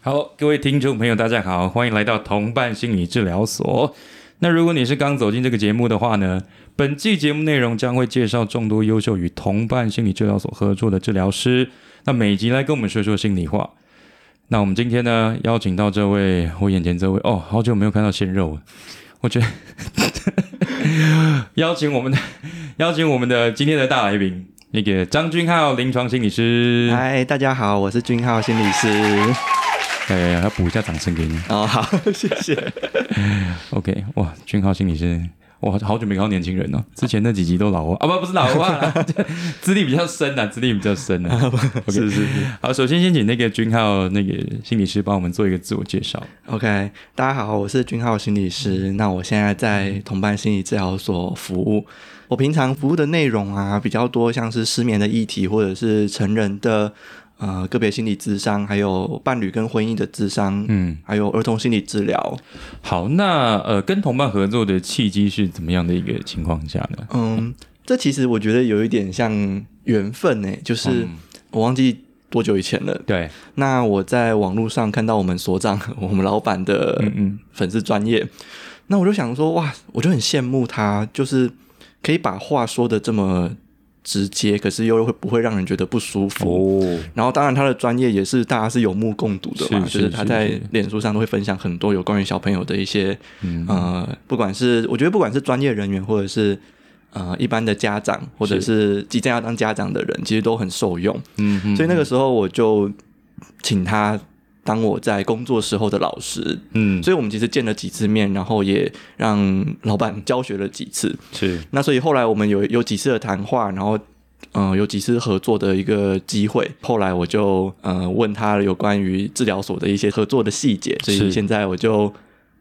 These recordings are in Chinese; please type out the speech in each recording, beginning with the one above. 好，各位听众朋友，大家好，欢迎来到同伴心理治疗所。那如果你是刚走进这个节目的话呢，本季节目内容将会介绍众多优秀与同伴心理治疗所合作的治疗师，那每集来跟我们说说心里话。那我们今天呢，邀请到这位，我眼前这位，哦，好久没有看到鲜肉了，我觉得 邀请我们的 邀请我们的今天的大来宾，那个张君浩临床心理师，嗨，大家好，我是俊浩心理师。哎，要补一下掌声给你。哦，好，谢谢。 OK，哇，俊浩心理师，哇，好久没看到年轻人哦。之前那几集都老化啊，不，不是老化啦， 资历比较深啊，资历比较深啊。OK，是是是好，首先先请那个俊浩那个心理师帮我们做一个自我介绍。 ，OK，大家好，我是俊浩心理师。那我现在在同伴心理治疗所服务。我平常服务的内容啊，比较多像是失眠的议题，或者是成人的呃个别心理咨商，还有伴侣跟婚姻的咨商，嗯，还有儿童心理治疗。好，那呃，跟同伴合作的契机是怎么样的一个情况下呢？嗯，这其实我觉得有一点像缘分呢、就是、我忘记多久以前了。嗯对，那我在网络上看到我们所长、 我们老板的嗯嗯，粉丝专业，那我就想说，哇，我就很羡慕他，就是可以把话说的这么直接，可是又会不会让人觉得不舒服。哦，然后，当然他的专业也是大家是有目共睹的嘛，是是就是他在是是脸书上都会分享很多有关于小朋友的一些嗯，呃，不管是我觉得不管是专业人员，或者是呃一般的家长，或者是即将要当家长的人，其实都很受用。嗯嗯所以那个时候我就请他当我在工作时候的老师，嗯，所以我们其实见了几次面，然后也让老板教学了几次。是那所以后来我们有有几次的谈话，然后嗯、呃有几次合作的一个机会。后来我就呃问他有关于治疗所的一些合作的细节，所是以现在我就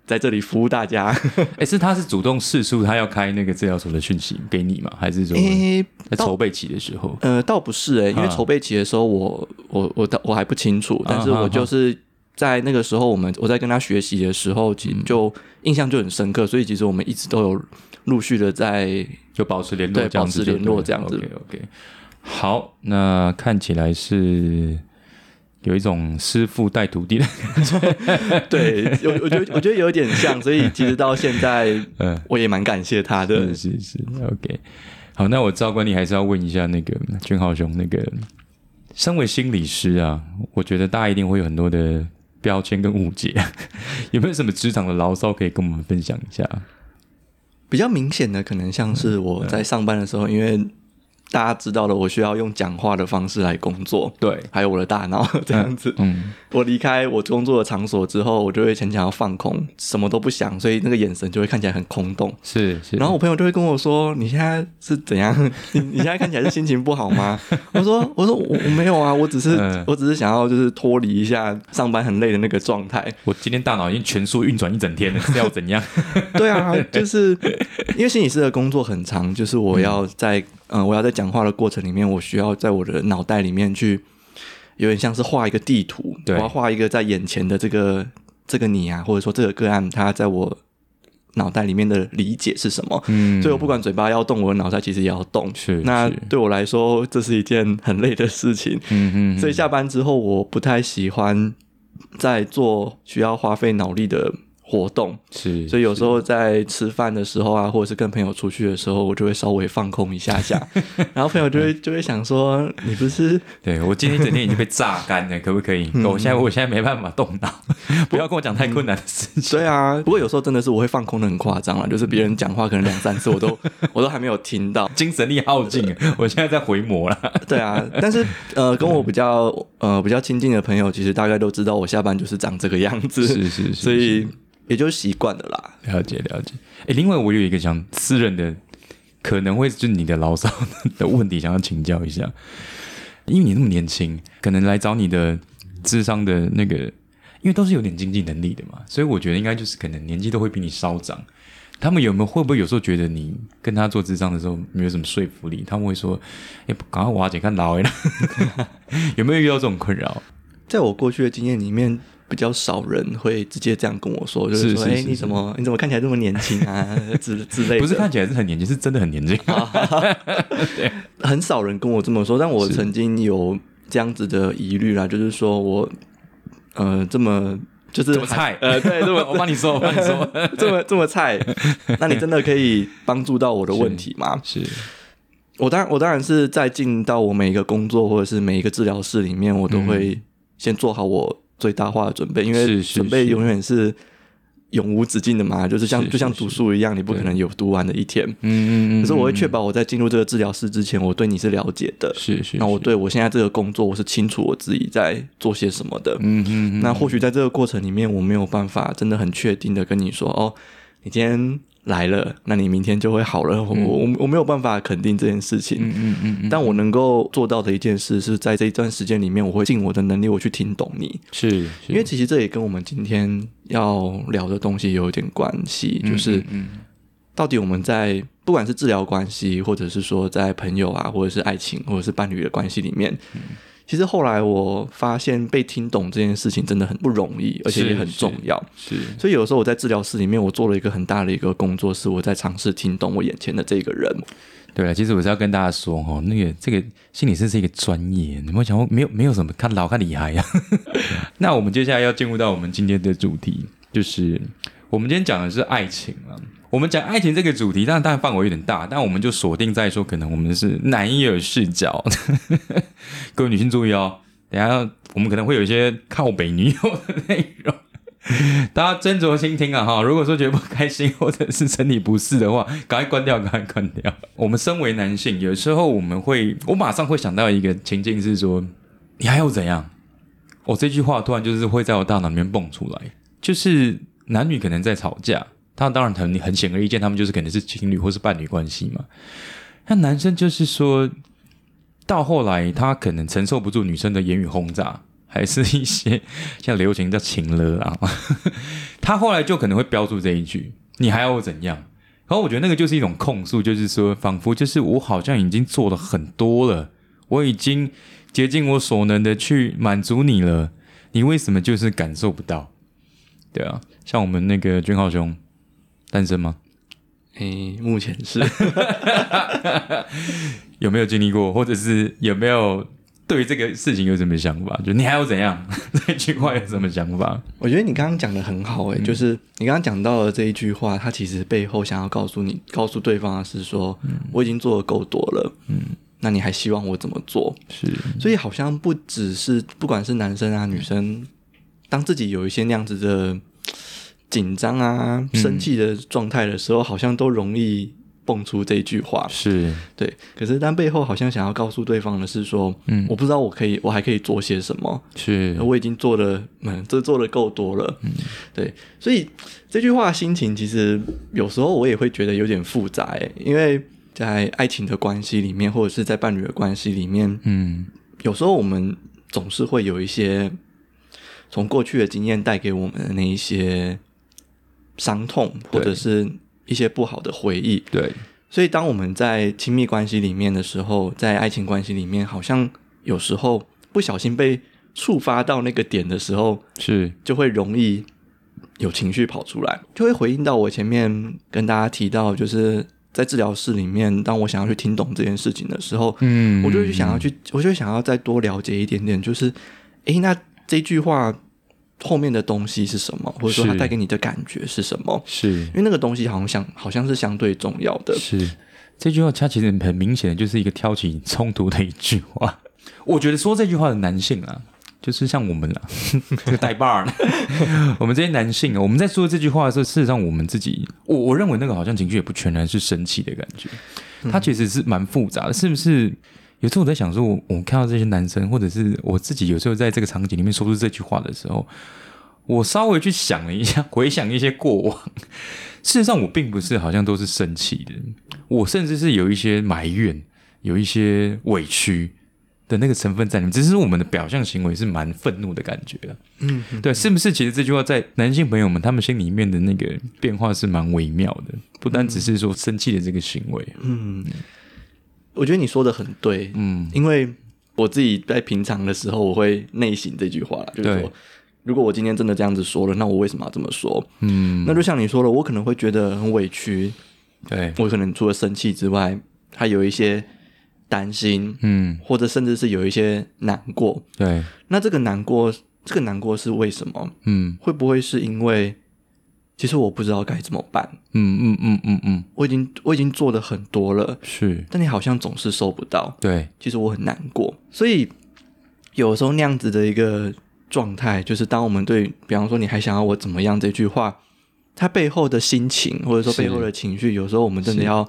在这里服务大 家。哎，是他是主动示出他要开那个治疗所的讯息给你吗？还是说诶、在筹备期的时候？呃，倒不是诶、因为啊筹备期的时候我，我我我我还不清楚，但是啊啊我就是在那个时候，我们我在跟他学习的时候，嗯其实就印象就很深刻，所以其实我们一直都有陆续的在就保持联络对这样子保持联络这样子 OK OK，好，那看起来是有一种师傅带徒弟的，对，有我觉得我觉得有点像，所以其实到现在 嗯，我也蛮感谢他的是。是是 OK。好，那我照惯例还是要问一下那个君浩兄，那个身为心理师啊，我觉得大家一定会有很多的标签跟误解， 有没有什么职场的牢骚可以跟我们分享一下？比较明显的，可能像是我嗯在上班的时候，因为大家知道了，我需要用讲话的方式来工作，对，还有我的大脑 这样子。嗯，我离开我工作的场所之后，我就会很想要放空，什么都不想，所以那个眼神就会看起来很空洞。是是，然后我朋友就会跟我说：“你现在是怎样？ 你你现在看起来是心情不好吗？” 我说：“我说我我没有啊，我只是、嗯我只是想要就是脱离一下上班很累的那个状态。我今天大脑已经全速运转一整天了，是要怎 样？对啊，就是因为心理师的工作很长，就是我要在嗯、呃我要在讲话的过程里面，我需要在我的脑袋里面去，有点像是画一个地图，我对要画一个在眼前的这个这个你啊，或者说这个个案，它在我脑袋里面的理解是什么。嗯所以我不管嘴巴要动，我的脑袋其实也要动。是那是对我来说，这是一件很累的事情。嗯嗯，所以下班之后，我不太喜欢在做需要花费脑力的活动。是，所以有时候在吃饭的时候啊，或者是跟朋友出去的时候，我就会稍微放空一下 下，然后朋友就会就会想说，你不是对我今天一整天已经被榨干了，可不可以？我现在我现在没办法动脑，不要跟我讲太困难的事情。对啊？不过有时候真的是我会放空的很夸张啦，就是别人讲话可能两三次 我都我都还没有听到，精神力耗尽，我现在在回魔了。对啊。但是呃，跟我比较呃比较亲近的朋友，其实大概都知道我下班就是长这个样 子，是 是所以也就习惯了啦。了解了解。哎，另外我有一个想私人的，可能会是你的牢骚的问题，想要请教一下。因为你那么年轻，可能来找你的智商的那个，因为都是有点经济能力的嘛，所以我觉得应该就是可能年纪都会比你稍长。他们有没有会不会有时候觉得你跟他做智商的时候没有什么说服力？他们会说：“哎、赶快瓦解，看老了。” 有没有遇到这种困扰？在我过去的经验里面，比较少人会直接这样跟我说，就是是说，是哎、是你怎么你怎么看起来这么年轻啊 之之类的。不是看起来是很年轻，是真的很年轻。很少人跟我这么说，但我曾经有这样子的疑虑啦，就是说我呃这么就是怎么菜呃对这 么呃我帮你说，我帮你说， 这么这么菜，那你真的可以帮助到我的问题吗？ 是我当然，我当然是在进到我每一个工作或者是每一个治疗室里面，我都会先做好我最大化的准备，因为嗯是是准备是永远是永无止境的嘛，就是像是就像是读书一样，你不可能有读完的一天。嗯嗯嗯，可是我会确保我在进入这个治疗室之前，我对你是了解的，嗯是是，那我是对我现在这个工作我是清楚我自己在做些什么的。嗯嗯嗯那或许在这个过程里面，我没有办法真的很确定的跟你说，哦，你今天来了，那你明天就会好了。我我我没有办法肯定这件事情，嗯嗯嗯嗯，但我能够做到的一件事是在这一段时间里面，我会尽我的能力，我去听懂你。是是因为其实这也跟我们今天要聊的东西有一点关系，嗯就是嗯嗯到底我们在不管是治疗关系，或者是说在朋友啊，或者是爱情，或者是伴侣的关系里面，其实后来我发现被听懂这件事情真的很不容易，而且也是很是重要。是所以有时候我在治疗室里面，我做了一个很大的一个工作，是我在尝试听懂我眼前的这个人。对啊了，其实我是要跟大家说哦，那个这个心理师是一个专业，你们想过没有没有什么看老看厉害呀、啊 那我们接下来要进入到我们今天的主题，就是我们今天讲的是爱情啊。我们讲爱情这个主题，当然当然范围有点大，但我们就锁定在说，可能我们是男友视角。 各位女性注意哦，等一下我们可能会有一些靠北女友的内容。 大家斟酌心听啊哈！如果说觉得不开心或者是身体不适的话， 赶快关掉，赶快关掉。我们身为男性，有时候我们会，我马上会想到一个情境是说，你还要怎样？我、这句话突然就是会在我大脑里面蹦出来，就是男女可能在吵架，他当然很很显而易见，他们就是可能是情侣或是伴侣关系嘛。那男生就是说到后来，他可能承受不住女生的言语轰炸，还是一些像流行叫情了啊，他后来就可能会标注这一句：“你还要我怎样？”然后我觉得那个就是一种控诉，就是说，仿佛就是我好像已经做了很多了，我已经竭尽我所能的去满足你了，你为什么就是感受不到？对啊，像我们那个俊浩兄，单身吗？诶，目前是有没有经历过，或者是有没有对这个事情有什么想法？就你还要怎样？ 这句话有什么想法？ 我觉得你刚刚讲的很好、诶，就是你刚刚讲到的这一句话，它其实背后想要告诉你、告诉对方的是说，我已经做的够多了，嗯，那你还希望我怎么做？是所以好像不只是不管是男生啊女生，当自己有一些那样子的紧张啊、生气的状态的时候，好像都容易蹦出这句话，是，对。可是但背后好像想要告诉对方的是说，嗯我不知道我可以，我还可以做些什么。是，我已经做了，嗯，这做的够多了，对，所以这句话心情其实有时候我也会觉得有点复杂欸，因为在爱情的关系里面，或者是在伴侣的关系里面，嗯，有时候我们总是会有一些从过去的经验带给我们的那一些伤痛，或对者是一些不好的回忆，对，所以，当我们在亲密关系里面的时候，在爱情关系里面，好像有时候不小心被触发到那个点的时候，是，就会容易有情绪跑出来，就会回应到我前面跟大家提到，就是在治疗室里面，当我想要去听懂这件事情的时候，嗯我就会想要去，我就会想要再多了解一点点，就是，诶，那这句话后面的东西是什么，或者说它是带给你的感觉是什么？是因为那个东西好像相好像是相对重要的，是，这句话它其实很明显的就是一个挑起冲突的一句话。 我觉得说这句话的男性啊，就是像我 们啊，这个带把儿的， 我们这些男性啊，我们在说这句话的时候，事实上我们自己，我我认为那个好像情绪也不全然是生气的感觉，它其实是蛮复杂的，是不是？有时候我在想说，我我看到这些男生，或者是我自己，有时候在这个场景里面说出这句话的时候，我稍微去想了一下，回想一些过往，事实上，我并不是好像都是生气的，我甚至是有一些埋怨，有一些委屈的那个成分在里面。只是我们的表象行为是蛮愤怒的感觉啊嗯，对，是不是？其实这句话在男性朋友们他们心里面的那个变化是蛮微妙的，不单只是说生气的这个行为。我觉得你说的很对，嗯，因为我自己在平常的时候，我会内省这句话啦，就是说对，如果我今天真的这样子说了，那我为什么要这么说？嗯，那就像你说的，我可能会觉得很委屈，对，我可能除了生气之外，还有一些担心，嗯，或者甚至是有一些难过。对，那这个难过这个难过是为什么？嗯会不会是因为其实我不知道该怎么办？嗯嗯嗯嗯嗯，我已经我已经做的很多了，是，但你好像总是收不到，对，其实我很难过。所以有时候那样子的一个状态，就是当我们对比方说你还想要我怎么样这句话，它背后的心情或者说是背后的情绪，有时候我们真的是要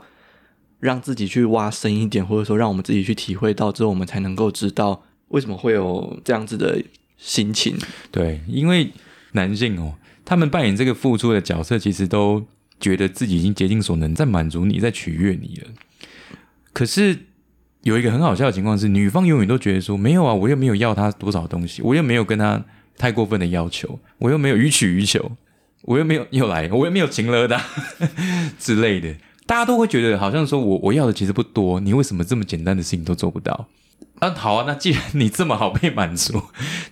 让自己去挖深一点，或者说让我们自己去体会到之后，我们才能够知道为什么会有这样子的心情。对，因为男性哦，他们扮演这个付出的角色，其实都觉得自己已经竭尽所能在满足你，在取悦你了。可是有一个很好笑的情况是，女方永远都觉得说，没有啊，我又没有要他多少东西，我又没有跟他太过分的要求，我又没有予取予求，我又没有又来，我又没有情了的 之类的。大家都会觉得好像说我我要的其实不多，你为什么这么简单的事情都做不到？啊，好啊，那既然你这么好被满足，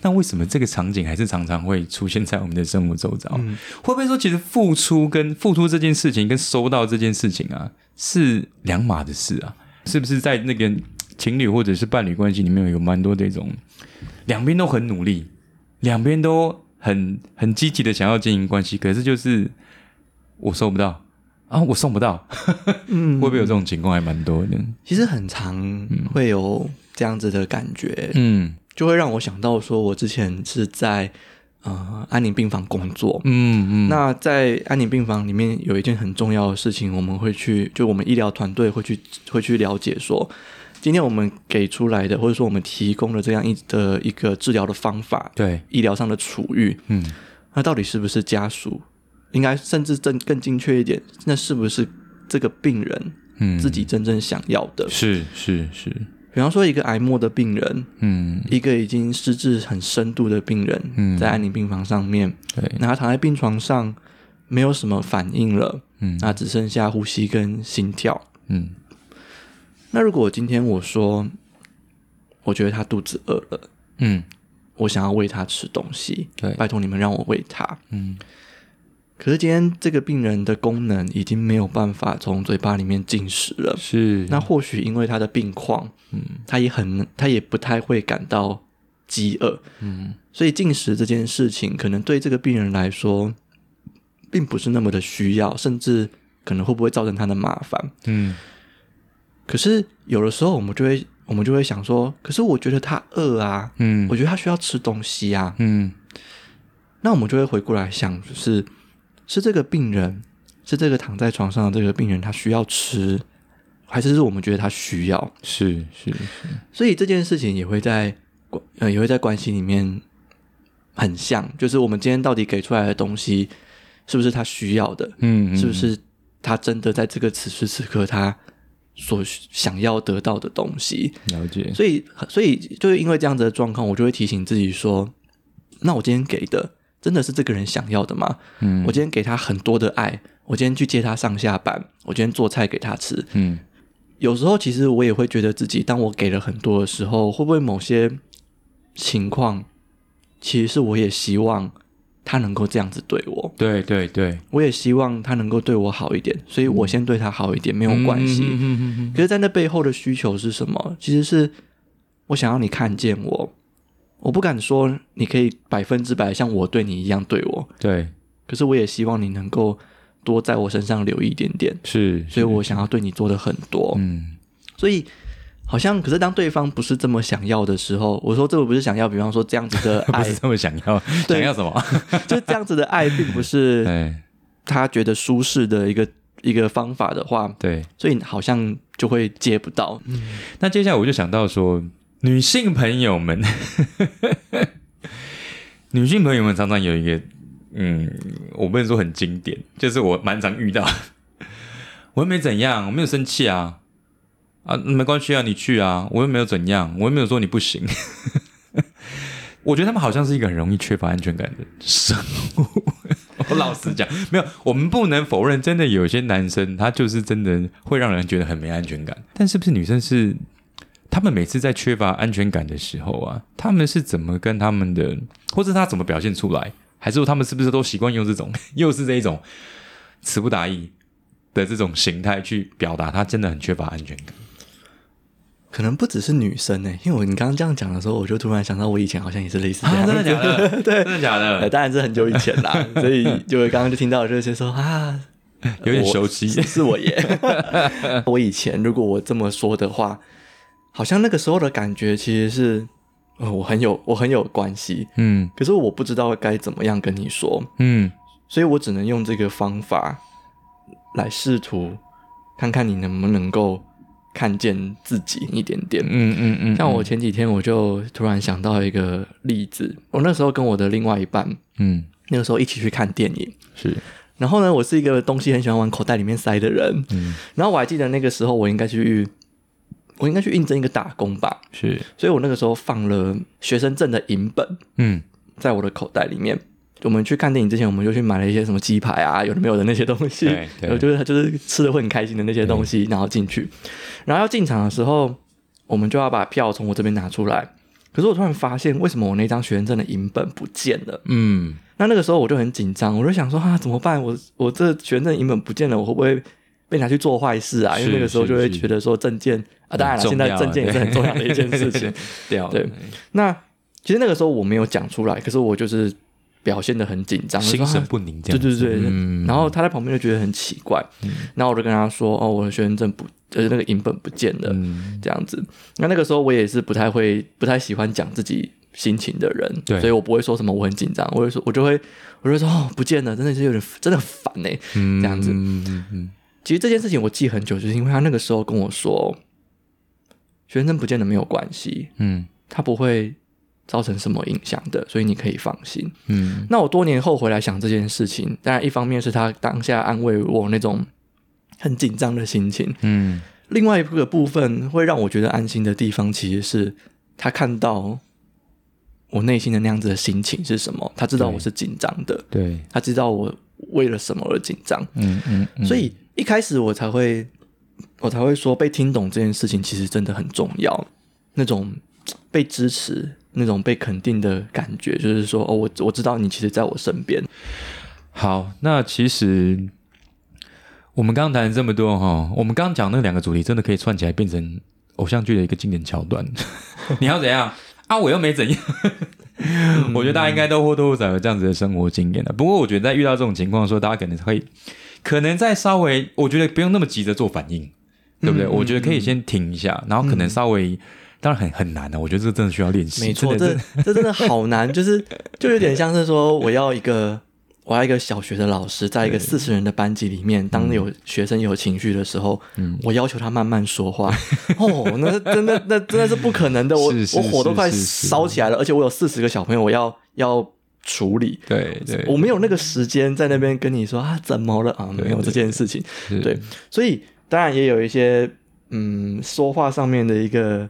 那为什么这个场景还是常常会出现在我们的生活周遭？嗯会不会说，其实付出跟付出这件事情跟收到这件事情啊，是两码的事啊？是不是在那个情侣或者是伴侣关系里面有蛮多这种，两边都很努力，两边都很很积极的想要经营关系，可是就是我收不到啊，我送不到， 嗯会不会有这种情况还蛮多的？嗯其实很常会有这样子的感觉，嗯就会让我想到说，我之前是在呃安宁病房工作。嗯嗯，那在安宁病房里面有一件很重要的事情，我们会去，就我们医疗团队会去会去了解说，今天我们给出来的，或者说我们提供的这样一的一个治疗的方法，对，医疗上的处遇，嗯那到底是不是家属？应该甚至更更精确一点，那是不是这个病人嗯，自己真正想要的？是是是，比方说，一个癌末的病人，嗯一个已经失智很深度的病人，嗯在安宁病房上面，对，那他躺在病床上，没有什么反应了，嗯那只剩下呼吸跟心跳。嗯那如果今天我说，我觉得他肚子饿了，嗯我想要喂他吃东西，对拜托你们让我喂他。嗯可是今天这个病人的功能已经没有办法从嘴巴里面进食了，是那或许因为他的病况，嗯他也很他也不太会感到饥饿，嗯所以进食这件事情，可能对这个病人来说，并不是那么的需要，甚至可能会不会造成他的麻烦。嗯可是有的时候，我们就会我们就会想说，可是我觉得他饿啊，嗯我觉得他需要吃东西啊。嗯那我们就会回过来想，就是是这个病人，是这个躺在床上的这个病人，他需要吃，还是是我们觉得他需要？是是是所以这件事情也会在关呃也会在关系里面很像，就是我们今天到底给出来的东西是不是他需要的，嗯嗯是不是他真的在这个此时此刻他所想要得到的东西？了解所以所以就是因为这样子的状况，我就会提醒自己说，那我今天给的真的是这个人想要的吗？嗯我今天给他很多的爱，我今天去接他上下班，我今天做菜给他吃，嗯有时候其实我也会觉得自己，当我给了很多的时候，会不会某些情况，其实是我也希望他能够这样子对我，对对对我也希望他能够对我好一点，所以我先对他好一点，没有关系。嗯嗯嗯可是，在那背后的需求是什么？其实是我想要你看见我，我不敢说你可以百分之百像我对你一样对我，对可是我也希望你能够多在我身上留一点点，是，所以我想要对你做的很多。嗯所以好像，可是当对方不是这么想要的时候，我说这个不是想要，比方说这样子 的不爱，是这么想要想要什么就是这样子的爱，并不是对他觉得舒适的一个一个方法的话，对。所以好像就会接不到。那接下来我就想到说，女性朋友们， 女性朋友们常常有一个，嗯，我不能说很经典，就是我蛮常遇到， 我又没怎样，我没有生气啊，啊，没关系啊，你去啊，我又没有怎样，我又没有说你不行。 我觉得他们好像是一个很容易缺乏安全感的生物。 我老实讲，没有，我们不能否认，真的有些男生他就是真的会让人觉得很没安全感。但是不是女生是他们每次在缺乏安全感的时候啊，他们是怎么跟他们的，或者他怎么表现出来，还是说他们是不是都习惯用这种 又是这一种词不达意的这种形态去表达他真的很缺乏安全感？可能不只是女生呢、因为我你刚刚这样讲的时候，我就突然想到，我以前好像也是类似这样、啊，真的假？ 的？对真的假呃，的？ 当然是很久以前啦，所以就刚刚就听到就是说啊，有点我熟悉是 是我耶。我以前如果我这么说的话，好像那个时候的感觉其实是，呃，我很有我很有关系，嗯可是我不知道该怎么样跟你说，嗯所以我只能用这个方法来试图看看你能不能够看见自己一点点。嗯嗯嗯，像我前几天我就突然想到一个例子，我那时候跟我的另外一半，嗯那个时候一起去看电影。是然后呢，我是一个东西很喜欢往口袋里面塞的人。嗯然后我还记得那个时候，我应该去，我应该去应征一个打工吧，是所以我那个时候放了学生证的银本嗯在我的口袋里面。我们去看电影之前，我们就去买了一些什么鸡排啊，有的没有的那些东西对，对然后就是就是吃的会很开心的那些东西，然后进去，然后要进场的时候，我们就要把票从我这边拿出来。可是我突然发现，为什么我那张学生证的银本不见了？嗯那那个时候我就很紧张，我就想说啊，怎么办？我我这学生银本不见了，我会不会被拿去做坏事啊？因为是那个时候是就会是觉得说证件啊，当然了，很现重要在证件也是很重要的一件 事情。掉对那其实那个时候我没有讲出来，可是我就是表现的很紧张，就心说神啊不宁这对样子，对对，嗯然后他在旁边就觉得很奇怪，然后我就跟他说：“哦，我的学生证不，就是那个银本不见了。嗯这样子。那那个时候我也是不太会、不太喜欢讲自己心情的人，对所以我不会说什么我很紧张，我会说，我就会，我就说哦，不见了，真的是有点，真的很烦哎、嗯这样子嗯嗯嗯其实这件事情我记很久，就是因为他那个时候跟我说，学生证不见了没有关系，嗯他不会造成什么影响的，所以你可以放心。嗯那我多年后回来想这件事情，当然一方面是他当下安慰我那种很紧张的心情，嗯另外一个部分会让我觉得安心的地方，其实是他看到我内心的那样子的心情是什么，他知道对我是紧张的，对他知道我为了什么而紧张，嗯嗯嗯，所以一开始我才会，我才会说被听懂这件事情其实真的很重要，那种嘖被支持、那种被肯定的感觉，就是说哦，我我知道你其实在我身边，好，那其实我们刚刚谈了这么多哈，我们刚刚讲那两个主题，真的可以串起来变成偶像剧的一个经典桥段。你要怎样啊？我又没怎样。我觉得大家应该都或多或少有这样子的生活经验的。不过，我觉得在遇到这种情况的时候，大家可能会，可能再稍微，我觉得不用那么急着做反应，对不对？嗯我觉得可以先停一下，然后可能稍微，当然很很难的、我觉得这真的需要练习。没错，真的这是这真的好难，就是就有点像是说，我要一个我要一个小学的老师，在一个四十人的班级里面，嗯当有学生有情绪的时候，我要求他慢慢说话。哦，那真的那真的是不可能的，我是是我火都快是是烧起来了，而且我有四十个小朋友，我要要处理。对对，我没有那个时间在那边跟你说啊，怎么了啊？没有这件事情，是对，所以当然也有一些嗯说话上面的一个，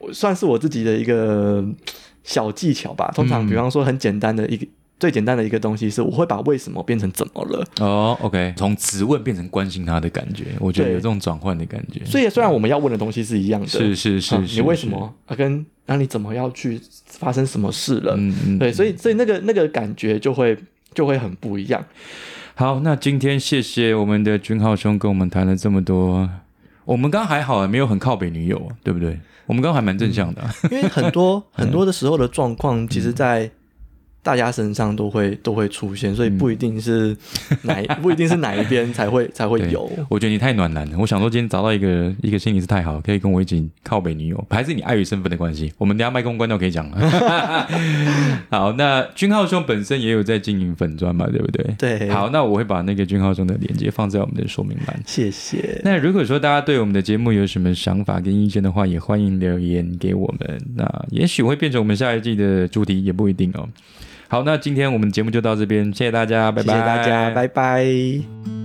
我算是我自己的一个嗯小技巧吧。通常嗯比方说很简单的一个、最简单的一个东西是，我会把为什么变成怎么了。哦、o k 从质问变成关心他的感觉，我觉得对有这种转换的感觉。所以虽然我们要问的东西是一样的，嗯是是是啊是你为什么啊？跟那、你怎么要去发生什么事了？嗯嗯，对，所以所以那个那个感觉就会就会很不一样。好，那今天谢谢我们的君浩兄跟我们谈了这么多。我们刚还好，没有很靠北女友，对不对？我们刚还蛮正向的啊、因为很多嗯很多的时候的状况，其实，在大家身上都会都会出现，所以嗯不一定是哪一不一定是哪一边才会才会对有。 我觉得你太暖男了。我想说，今天找到一个一个心理是太好，可以跟我一起靠北女友，还是你碍于身份的关系？我们等一下麦克风关掉可以讲了。 好，那君浩兄本身也有在经营粉砖嘛，对不对？对，，好，那我会把那个君浩兄的链接放在我们的说明栏。谢谢，那如果说大家对我们的节目有什么想法跟意见的话，也欢迎留言给我们。那也许会变成我们下一季的主题，也不一定哦。好，那今天我们节目就到这边，谢谢大家，拜拜，谢谢大家，拜拜。